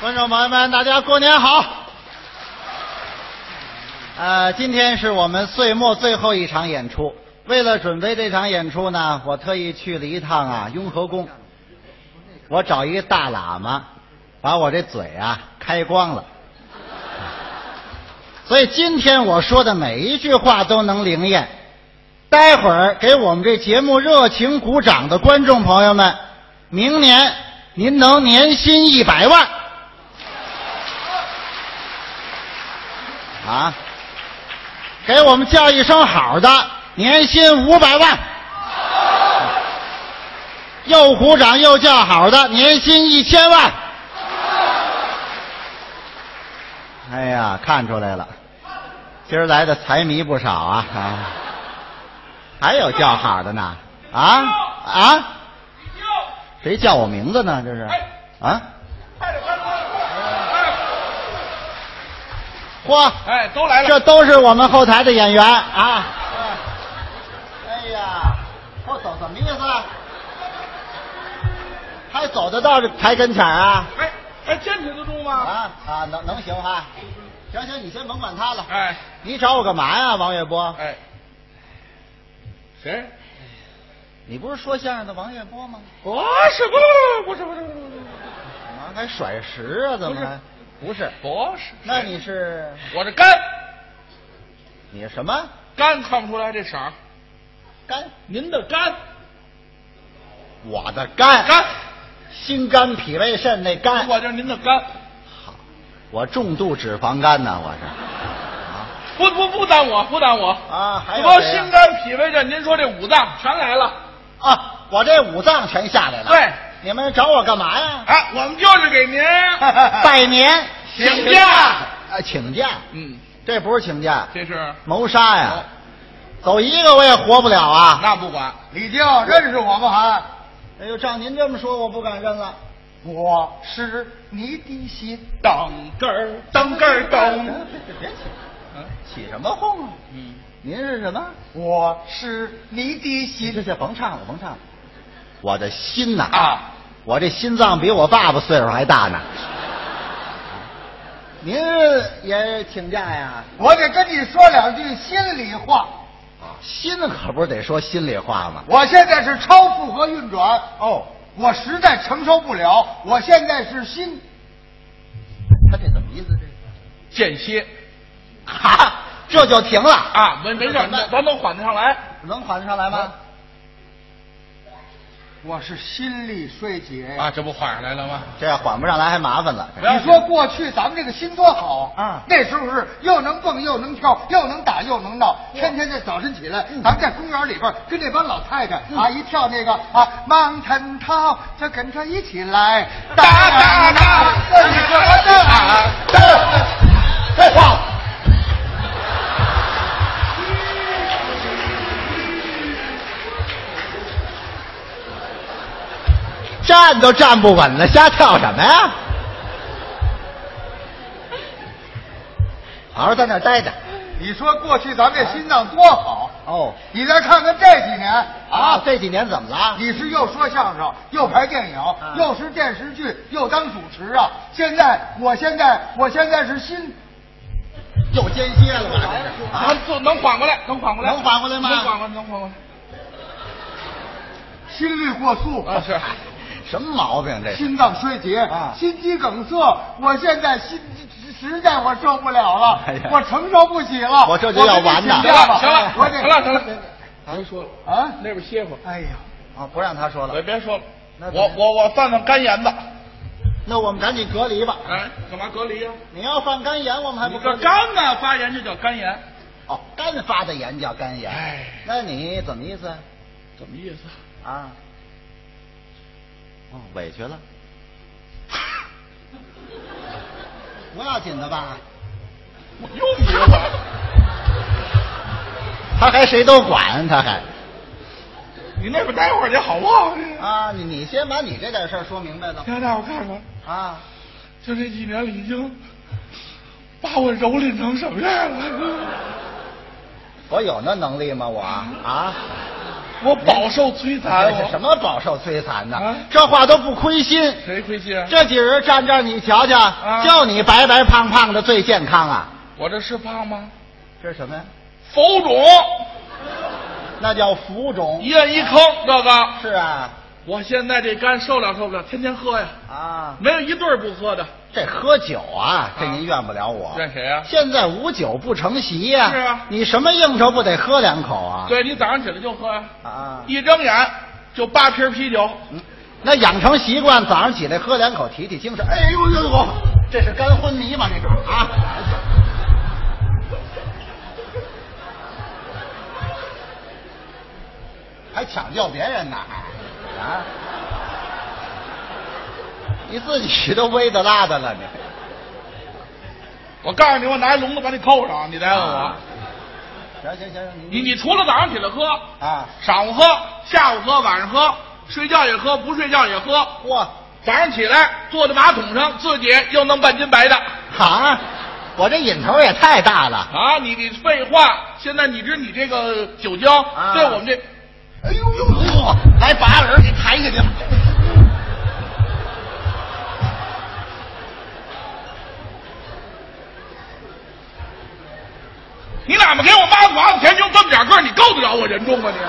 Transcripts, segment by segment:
观众朋友们，大家过年好！呃，今天是我们岁末最后一场演出。为了准备这场演出呢，我特意去了一趟啊雍和宫，我找一个大喇嘛，把我这嘴啊开光了。所以今天我说的每一句话都能灵验。待会儿给我们这节目热情鼓掌的观众朋友们，明年您能年薪一百万啊！给我们叫一声好的，年薪五百万。又鼓掌又叫好的，年薪一千万。哎呀，看出来了，今儿来的财迷不少啊！啊还有叫好的呢？啊啊！谁叫我名字呢？这是啊！嚯！哎，都来了，这都是我们后台的演员啊！哎呀，我走什么意思？啊？还走得到这台跟前儿啊？哎哎，坚持得住吗？啊啊，能能行哈？行行，你先甭管他了。哎你找我干嘛呀，王月波？哎，谁？你不是说相声的王月波吗？不是不是不是不是不是怎么还甩石啊？怎么还？不是，不是，那你是我这干你是什么干看不出来这色儿，肝？您的肝我的肝，肝，心肝脾胃肾那肝。我就是您的肝，我重度脂肪肝呢，我是。不不不耽我不耽我啊还有我谁呀心肝脾胃肾，您说这五脏全来了，啊啊，我这五脏全下来了。对，你们找我干嘛呀？ 哎，我们就是给您拜年，请假啊，请假，嗯，这不是请假，这是谋杀呀哦！走一个我也活不了啊！那不管，李靖认识我吗？还哎呦，照您这么说，我不敢认了。我是你的心。当根儿当根儿当， 别起，啊起什么哄啊？嗯，您是什么？我是你的你这心，这甭唱了，甭唱了。我的心呐啊，我这心脏比我爸爸岁数还大呢。您也请假呀？我得跟你说两句心里话。心可不是得说心里话吗？我现在是超负荷运转，哦，我实在承受不了。我现在是心，他这怎么意思？这间歇 哈，这就停了啊？啊，没没事，咱咱能缓得上来。能缓得上来吗？嗯我是心力衰竭。啊，这不缓上来了吗？这要缓不上来还麻烦了。不要你说过去咱们这个心多好啊那时候是又能蹦又能跳，又能打又能闹，天天在早晨起来，嗯咱们在公园里边跟那帮老太太啊一跳那个啊忙腾涛，就跟着一起来哒哒哒哒哒哒这这话，站都站不稳了，瞎跳什么呀？好好在那儿待着。你说过去咱们这心脏多好，哦，你再看看这几年啊啊，，这几年怎么了？你是又说相声，又拍电影，啊又是电视剧，又当主持啊！现在，我现在，我现在是心又间歇了吧？这是啊咱，就能缓过来，能缓过来，能缓过来吗能缓过来，能缓过心率过速来。啊，是，什么毛病这是？心脏衰竭啊心肌梗塞。我现在心实在我受不了了，哎呀我承受不起了，我这就要完了我跟你请假吧行了行了我得行了行了您说了啊那边歇会儿，哎呀，啊，不让他说别了。别说了，那我我我犯犯肝炎的。那我们赶紧隔离吧。哎，干嘛隔离呀？你要犯肝炎，我们还你不这隔离？肝呢发炎就叫肝炎，哦，肝发的炎叫肝炎。哎那你怎么意思怎么意思？啊？哦，委屈了。 不要紧的吧？我又迷了。他还谁都管，他还你那边待会儿去好不好？啊？你你先把你这点事儿说明白了现在我看看，啊？就这几年里已经把我蹂躏成什么样了？我有那能力吗？我啊，我饱受摧残，我什么饱受摧残呢啊？这话都不亏心。谁亏心啊？这几人站这儿，你瞧瞧，啊就你白白胖胖的最健康啊！我这是胖吗？这是什么呀？浮肿，那叫浮肿一。人一坑，这个是啊，我现在这肝受不了受不了，天天喝呀，啊，没有一顿不喝的。这喝酒啊，这您怨不了我。怨谁啊呀现在无酒不成席呀、是啊你什么应酬不得喝两口啊？对你早上起来就喝呀，啊，一睁眼就八瓶啤酒，嗯那养成习惯，早上起来喝两口，提提精神。哎呦呦呦，这是干昏迷吗？这是啊。还抢救别人呢？啊！你自己都微的拉的了，你我告诉你，我拿一笼子把你扣上，你再问我啊。行行行，行你你除了早上起来喝，啊，晌午喝，下午喝，晚上喝，睡觉也喝，不睡觉也喝。嚯早上起来坐在马桶上，自己又弄半斤白的啊！我这瘾头也太大了。啊！你你废话，现在你知你这个酒精、啊对我们这哎呦呦呦！来拔人，你抬下去吧。你哪么给我妈娃子钱就这么点个儿，你够得着我人中吗你？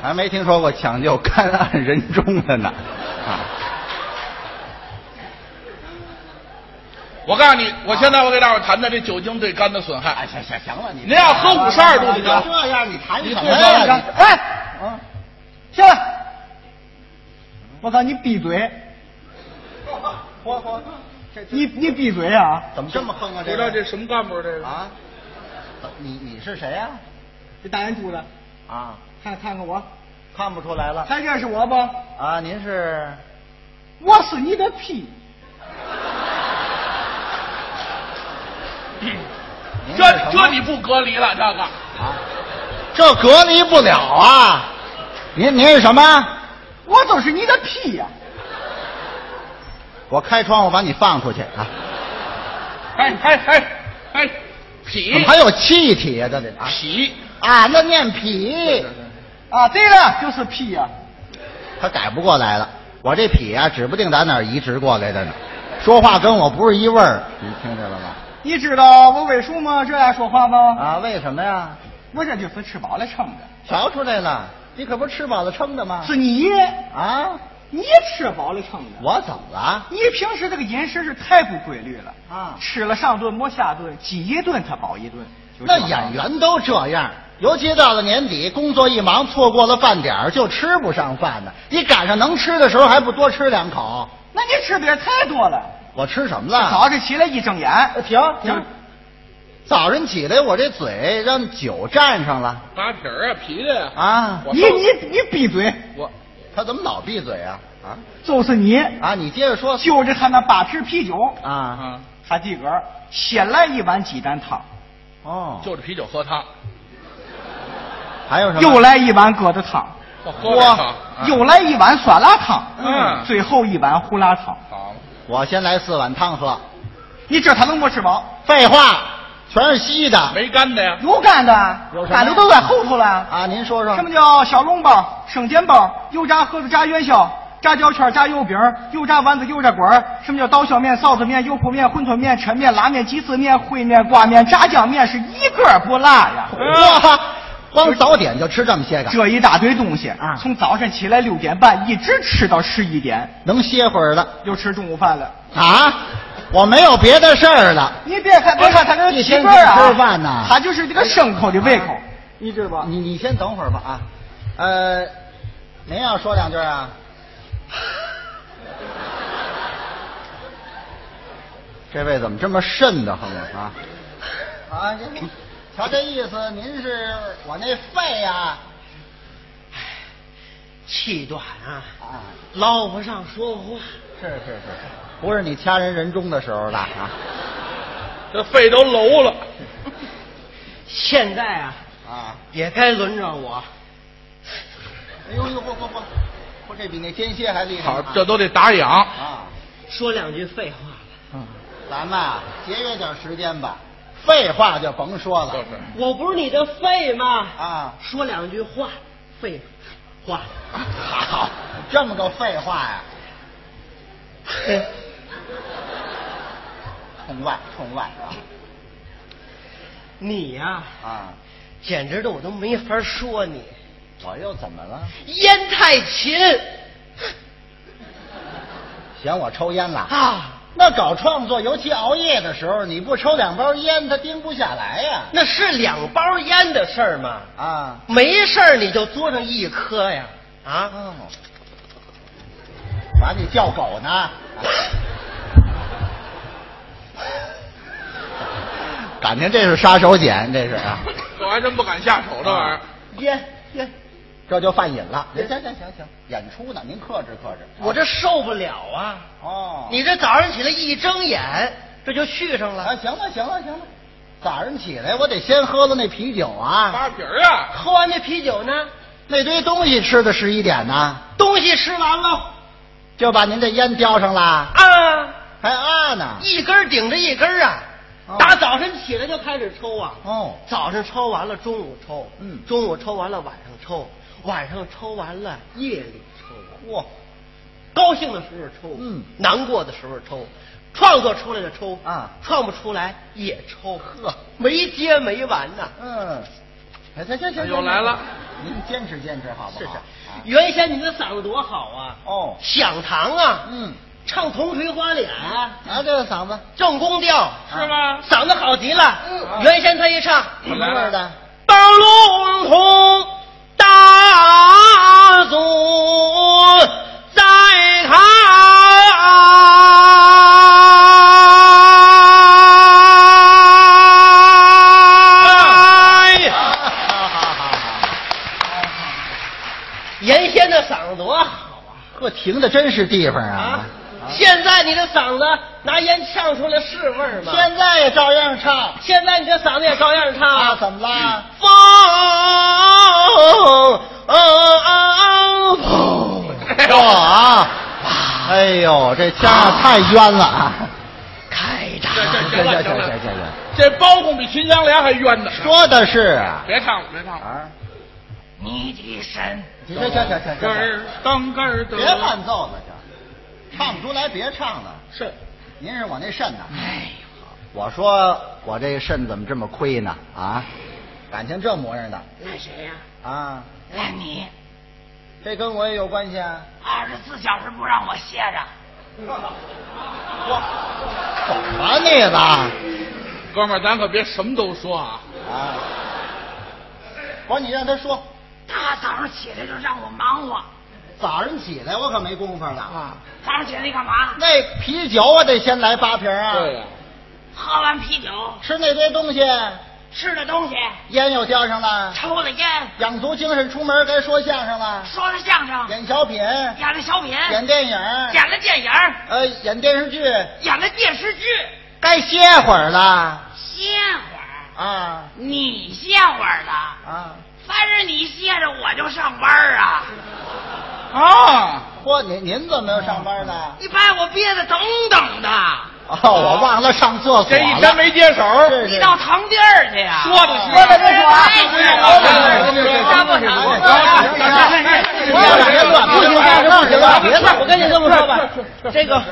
还没听说过抢救干按人中的呢。啊，我告诉你，我现在我给大伙儿谈谈这酒精对肝的损害。哎行行行了，你您要喝五十二度就行这样你谈你什么最高呀上？你哎，嗯，下来！我告诉你，闭嘴！嚯嚯，这你你闭嘴啊！怎么这么横啊？不知个道这什么干部这是？啊？你你是谁呀？这大眼珠子，啊，看看看我，看不出来了。还认识我不？啊，您是？我是你的屁！您是这什么这你不隔离了这个？啊，这隔离不了啊。您您是什么？我就是你的屁呀、我开窗户把你放出去啊！哎哎哎哎，脾怎么还有气体呀、这里啊脾。啊，那念脾，啊！对了，就是屁呀、他改不过来了。我这脾啊，指不定打哪儿移植过来的呢。说话跟我不是一味儿，你听见了吗？你知道我为什么这样说话吗？啊，为什么呀？我这就是吃饱了撑的，瞧出来了，你可不是吃饱了撑的吗？是你，啊，你吃饱了撑的。我怎么了？你平时这个饮食是太不规律了啊吃了上顿没下顿，饥一顿他饱一顿。就这那么着演员都这样，尤其到了年底，工作一忙，错过了饭点儿就吃不上饭呢。你赶上能吃的时候，还不多吃两口？那你吃的也太多了。我吃什么了？早上起来一睁眼，啊呃啊停停，早晨起来我这嘴让酒占上了扒皮儿啊，皮的呀！啊！我你你你闭嘴！我他怎么老闭嘴啊？啊就是你，啊！你接着说就着他那八瓶啤酒，啊！啊，他自个儿先来一碗鸡蛋汤，哦，就着啤酒喝汤，还有什么？又来一碗疙瘩汤，我喝着汤，啊又来一碗酸辣汤，嗯最后一碗胡辣汤。好，我先来四碗汤喝。你这他能没吃饱？废话，全是稀的。没干的呀，有干的有，什么干的都在后头了。啊，您说说什么叫小笼包、生煎包、油炸盒子、炸元宵、炸焦圈、炸油饼、油炸丸子、油炸馆儿？什么叫刀削面、臊子面、油泼面、馄饨面、抻面、拉面、鸡丝面、烩面、挂面、炸酱面，是一个儿不落呀！嗯哇，哎光早点就吃这么些个，这一大堆东西啊从早上起来六点半一直吃到十一点，能歇会儿了又吃中午饭了。啊？我没有别的事儿了。你别看，别看他那个一媳天妇儿啊，不吃饭呐他就是这个牲口的胃口，哎你知道吧？你你先等会儿吧啊，呃，您要说两句啊？这位怎么这么瘆得慌啊？啊，您瞧这意思，您是我那肺啊气短啊，啊，捞不上说话。是是是，不是你掐人人中的时候了啊这肺都楼了。现在啊，啊！也该轮着我。哎呦呦，嚯嚯嚯！嚯，这比那天蝎还厉害好啊！，这都得打痒。啊，说两句废话吧。咱们啊节约点时间吧。废话就甭说了，就是我不是你的肺吗？啊，说两句话，废话。 好，这么个废话 呀、冲外冲外你呀、啊啊！简直的我都没法说你，我又怎么了？烟太勤嫌我抽烟了？啊，那搞创作，尤其熬夜的时候，你不抽两包烟，他盯不下来呀、那是两包烟的事儿吗？啊。没事儿你就嘬上一颗呀，啊，哦，把你叫狗呢？ 感情这是杀手锏，这是啊，我还真不敢下手这玩意儿。烟烟，这就犯瘾了。行行行行行，演出呢，您克制克制。我这受不了啊！哦，你这早上起来一睁眼，这就续上啊，哎了。行了行了行了，早上起来我得先喝了那啤酒啊，扒皮儿啊！喝完这啤酒呢，那堆东西吃的十一点呢，东西吃完了就把您这烟叼上了，啊，还啊呢？一根儿顶着一根儿啊哦，打早晨起来就开始抽啊。哦，早上抽完了，中午抽，嗯中午抽完了，晚上抽，晚上抽完了，夜里抽。哇，高兴的时候抽，嗯难过的时候抽，创作出来的抽啊创不出来也抽，呵，没接没完呐。嗯，行行行行，又来了，您坚持坚持好不好？是是啊，原先你的嗓子多好啊，哦，响堂啊，嗯，唱《铜锤花脸》啊，啊，这个嗓子正宫调是吗嗓子好极了。嗯原先他一唱，什么味儿的？当龙童大祖再看。啊啊哎好好好好好，原先的嗓子多好 呵，停的真是地方啊！啊啊！现在你的嗓子拿烟呛出来是味儿吗？现在也照样唱现在你这嗓子也照样唱啊？怎么啦？风，嚯啊！哎呦，这腔啊太冤了啊！开这闸，这这这这这，这包公比秦香莲还冤呢。说的是啊别唱了，别唱了。啊！你的身行行行行行，根儿当根儿的，别伴奏了，这唱不出来别唱了。是您是我那肾呐？哎，我说我这肾怎么这么亏呢？啊，感情这模样的那谁呀、啊，赖哎你这跟我也有关系啊。二十四小时不让我歇着，怎么你吧？哥们儿，咱可别什么都说啊。啊，我说你让他说，他早上起来就让我忙活，早上起来我可没工夫了啊。早上起来干嘛？那啤酒我得先来八瓶啊，对呀，喝完啤酒，吃那堆东西，吃的东西，烟又叼上了，抽了烟，养足精神出门该说相声了，说了相声，演小品，演了小品，演电影，演了电影，呃，演电视剧，演了电视剧。该歇会儿了歇会儿，啊。你歇会儿了，啊，反正你歇着我就上班儿啊！啊，嗯嚯，您您怎么又上班呢？你把我憋得等等的，哦，我忘了上厕所了。这一天没接手，是你到堂弟儿去呀、说的是啊说的这是啊哎哎大不了哎啊别乱别乱不行不行了别乱我跟你这么说吧，这个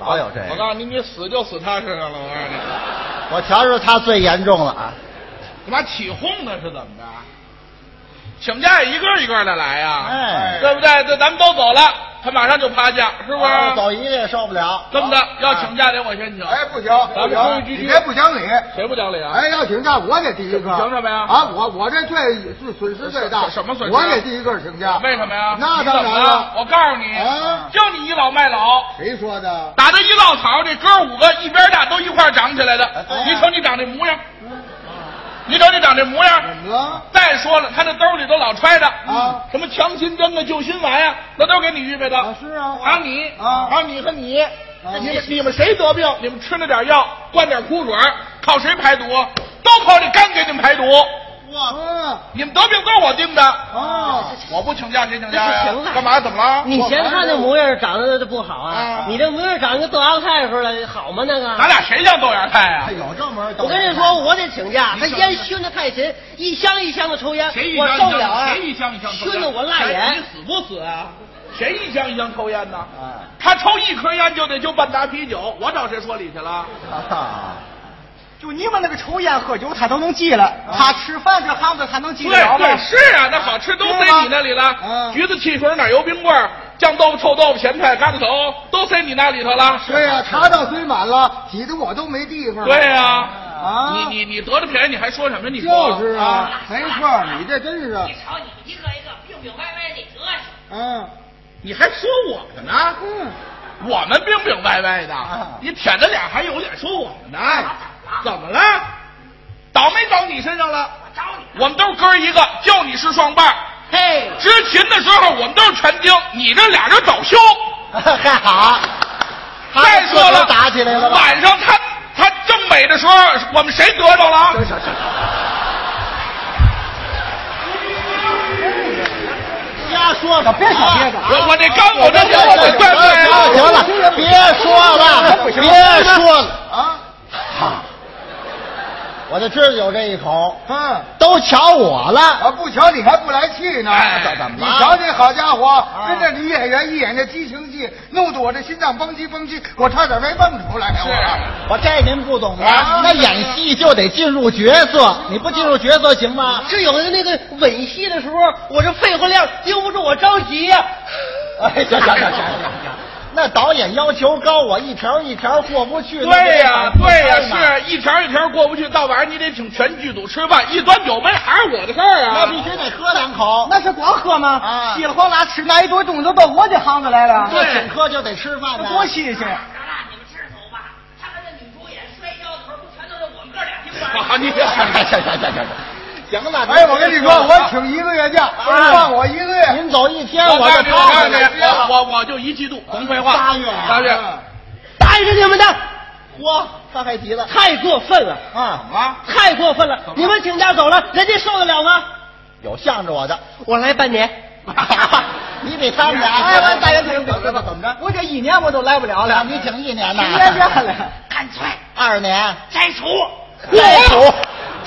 老有这我个，告诉你，你死就死他身上了。我告诉你，我瞧着他最严重了啊！你妈起哄呢是怎么着？请假也一个一个的来呀，哎对不对？这咱们都走了，他马上就趴下，是不啊是？走一个也受不了。这么的，要请假得我先请。哦哎，不行，咱们规规矩矩你这不讲理。谁不讲理啊？哎，要请假我得第一个。凭什么呀啊，我我这罪是损失最大。什什么损失我得第一个请假。为什么呀？那你怎当么然了。了。我告诉你啊，就你倚老卖老，谁说的？打他一落草，这哥五个一边大都一块儿长起来哎的啊对呀。你瞅你长这模样，你瞅你长这模样。怎么了？再说了，他那兜里都老揣着啊什么强心针的、救心丸呀，那都给你预备的。啊是啊还有你啊还有你和你，你们你们谁得病，你们吃了点药，灌点苦水，靠谁排毒？都靠这肝给你们排毒。我你们得病都是我盯着。啊，我不不请假谁请假那呀？就行了干嘛？怎么了？你嫌他那模样长得不好啊啊？你这模样长得跟豆芽菜似的，好吗？那个，咱俩谁像豆芽菜呀哎？有这门儿道理我跟你说，我得请假。你他请烟熏的太勤，一箱一箱的抽烟，谁一我箱一箱受不了啊！谁一箱一箱抽烟哎熏得我辣你。眼死不死啊？谁一箱一箱抽烟呢？哎他抽一颗烟就得就半打啤酒，我找谁说理去了？啊就你们那个抽烟喝酒，他都能记了，啊他吃饭这行子他能记对得了对吗？是啊，那好吃都塞你那里了，嗯橘子汽水、奶油冰棍儿、酱豆腐、臭豆腐、咸菜、疙瘩头都塞你那里头了。对呀，茶到嘴满了，挤得我都没地方。对呀、啊，你你你得了便宜你还说什么？你说就是啊，没错儿，你这真是，你瞧你一个一个病病歪歪的得瑟，嗯你还说我们呢？嗯，我们病病歪歪的，啊你舔着脸还有脸说我们呢？怎么了？倒霉倒你身上了。我找你我们都是哥儿一个，就你是双棒。嘿，执勤的时候我们都是全精，你这俩人倒休。还好，他再们说了，哎打起来了吧？晚上他他正美的时候，我们谁得着了？啊瞎说吧，别别想别的啊我我这刚我这行我这对不对了，行啊？了，别说了，别说了，啊我就知道有这一口，嗯。都瞧我了。啊！不瞧你还不来气呢？哎怎怎么你了瞧这好家伙，跟这女演员一演这激情戏，弄得我这心脏蹦叽蹦叽，我差点没蹦出来。啊我我这您不懂啊啊，那演戏就得进入角色，你不进入角色行吗？这有的那个吻戏的时候，我这肺活量盯不住，我着急呀、哎，行行行行行行，那导演要求高，我一条一条过不去。那对呀、这对呀、怎么办呢是一条一条过不去，到晚上你得请全剧组吃饭，一端酒杯还是我的事儿那啊。必须得喝两口，那是光喝吗？啊稀里哗啦吃那一堆东西都到我这行子来了，那请客就得吃饭呢。多新鲜！咱俩你们治头吧。他跟那女主演摔跤的时候，不全都是我们哥俩听吗？好，啊你行行行行行行，行了。哎，我跟你说，我请一个月假，放我一个月。您走一天，我我告诉就你，我告掏诉出你来我我我就一季度，甭废话。八月啊八月，答应着你们的，嚯，他还急了太过分了，啊！啊，太过分了！你们请假走了，人家受得了吗？有向着我的，我来半年。你比他们俩。哎，我大爷爷怎么怎么怎么着？我这一年我都来不了了，你请一年呐？别别了。啊干脆二年，摘除。再数，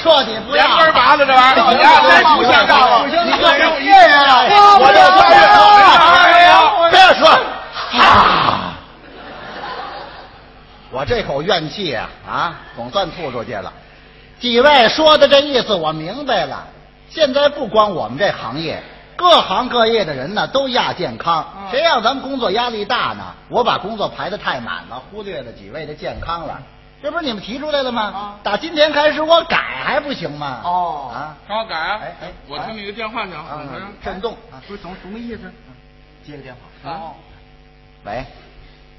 彻底不连要。根拔的这玩意儿，你丫真不像话！不你行这人你这人啊我这八月头没上班呀。别说，啊！我这口怨气啊啊，总算吐出去了。几位说的这意思我明白了。现在不光我们这行业，各行各业的人呢都亚健康。谁让咱们工作压力大呢？我把工作排得太满了，忽略了几位的健康了。这不是你们提出来的吗？打今天开始我改还不行吗？哦啊，让我改啊哎哎！我听你的电话响，怎么着啊，震动啊。嗯不是，总什么意思？接个电话。啊，喂，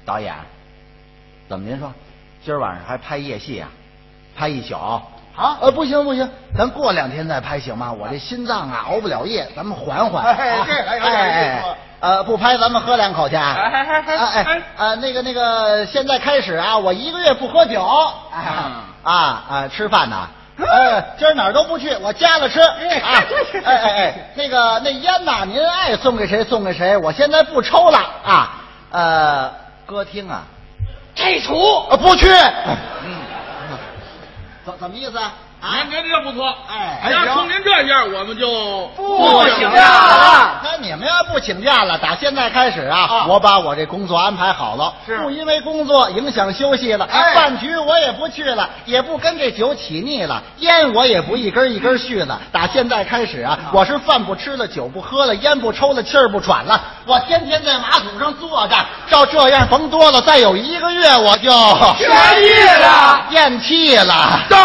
导演，怎么您说？今儿晚上还拍夜戏啊？拍一宿？啊？呃，不行不行，咱过两天再拍行吗？我这心脏啊熬不了夜，咱们缓缓。哎啊这还有点意哎思哎，呃，不拍咱们喝两口去啊。哎哎哎哎啊哎哎呃，那个那个，现在开始啊，我一个月不喝酒。啊啊啊！吃饭呢？呃，今儿哪儿都不去，我家了吃。 啊，哎哎哎，那个那烟呐，您爱送给谁送给谁，我现在不抽了啊。呃，歌厅啊，摘除。啊不去。嗯怎怎么意思啊？您您这不错，哎要冲您这样，我们就不行了。啊！那你们要不请假了，打现在开始啊，我把我这工作安排好了，是不因为工作影响休息了，哎饭局我也不去了，也不跟这酒起腻了，烟我也不一根一根续了。打现在开始啊，我是饭不吃了，酒不喝了，烟不抽了，气儿不喘了，我天天在马桶上坐着，照这样甭多了，再有一个月我就 痊愈了，咽气了。到。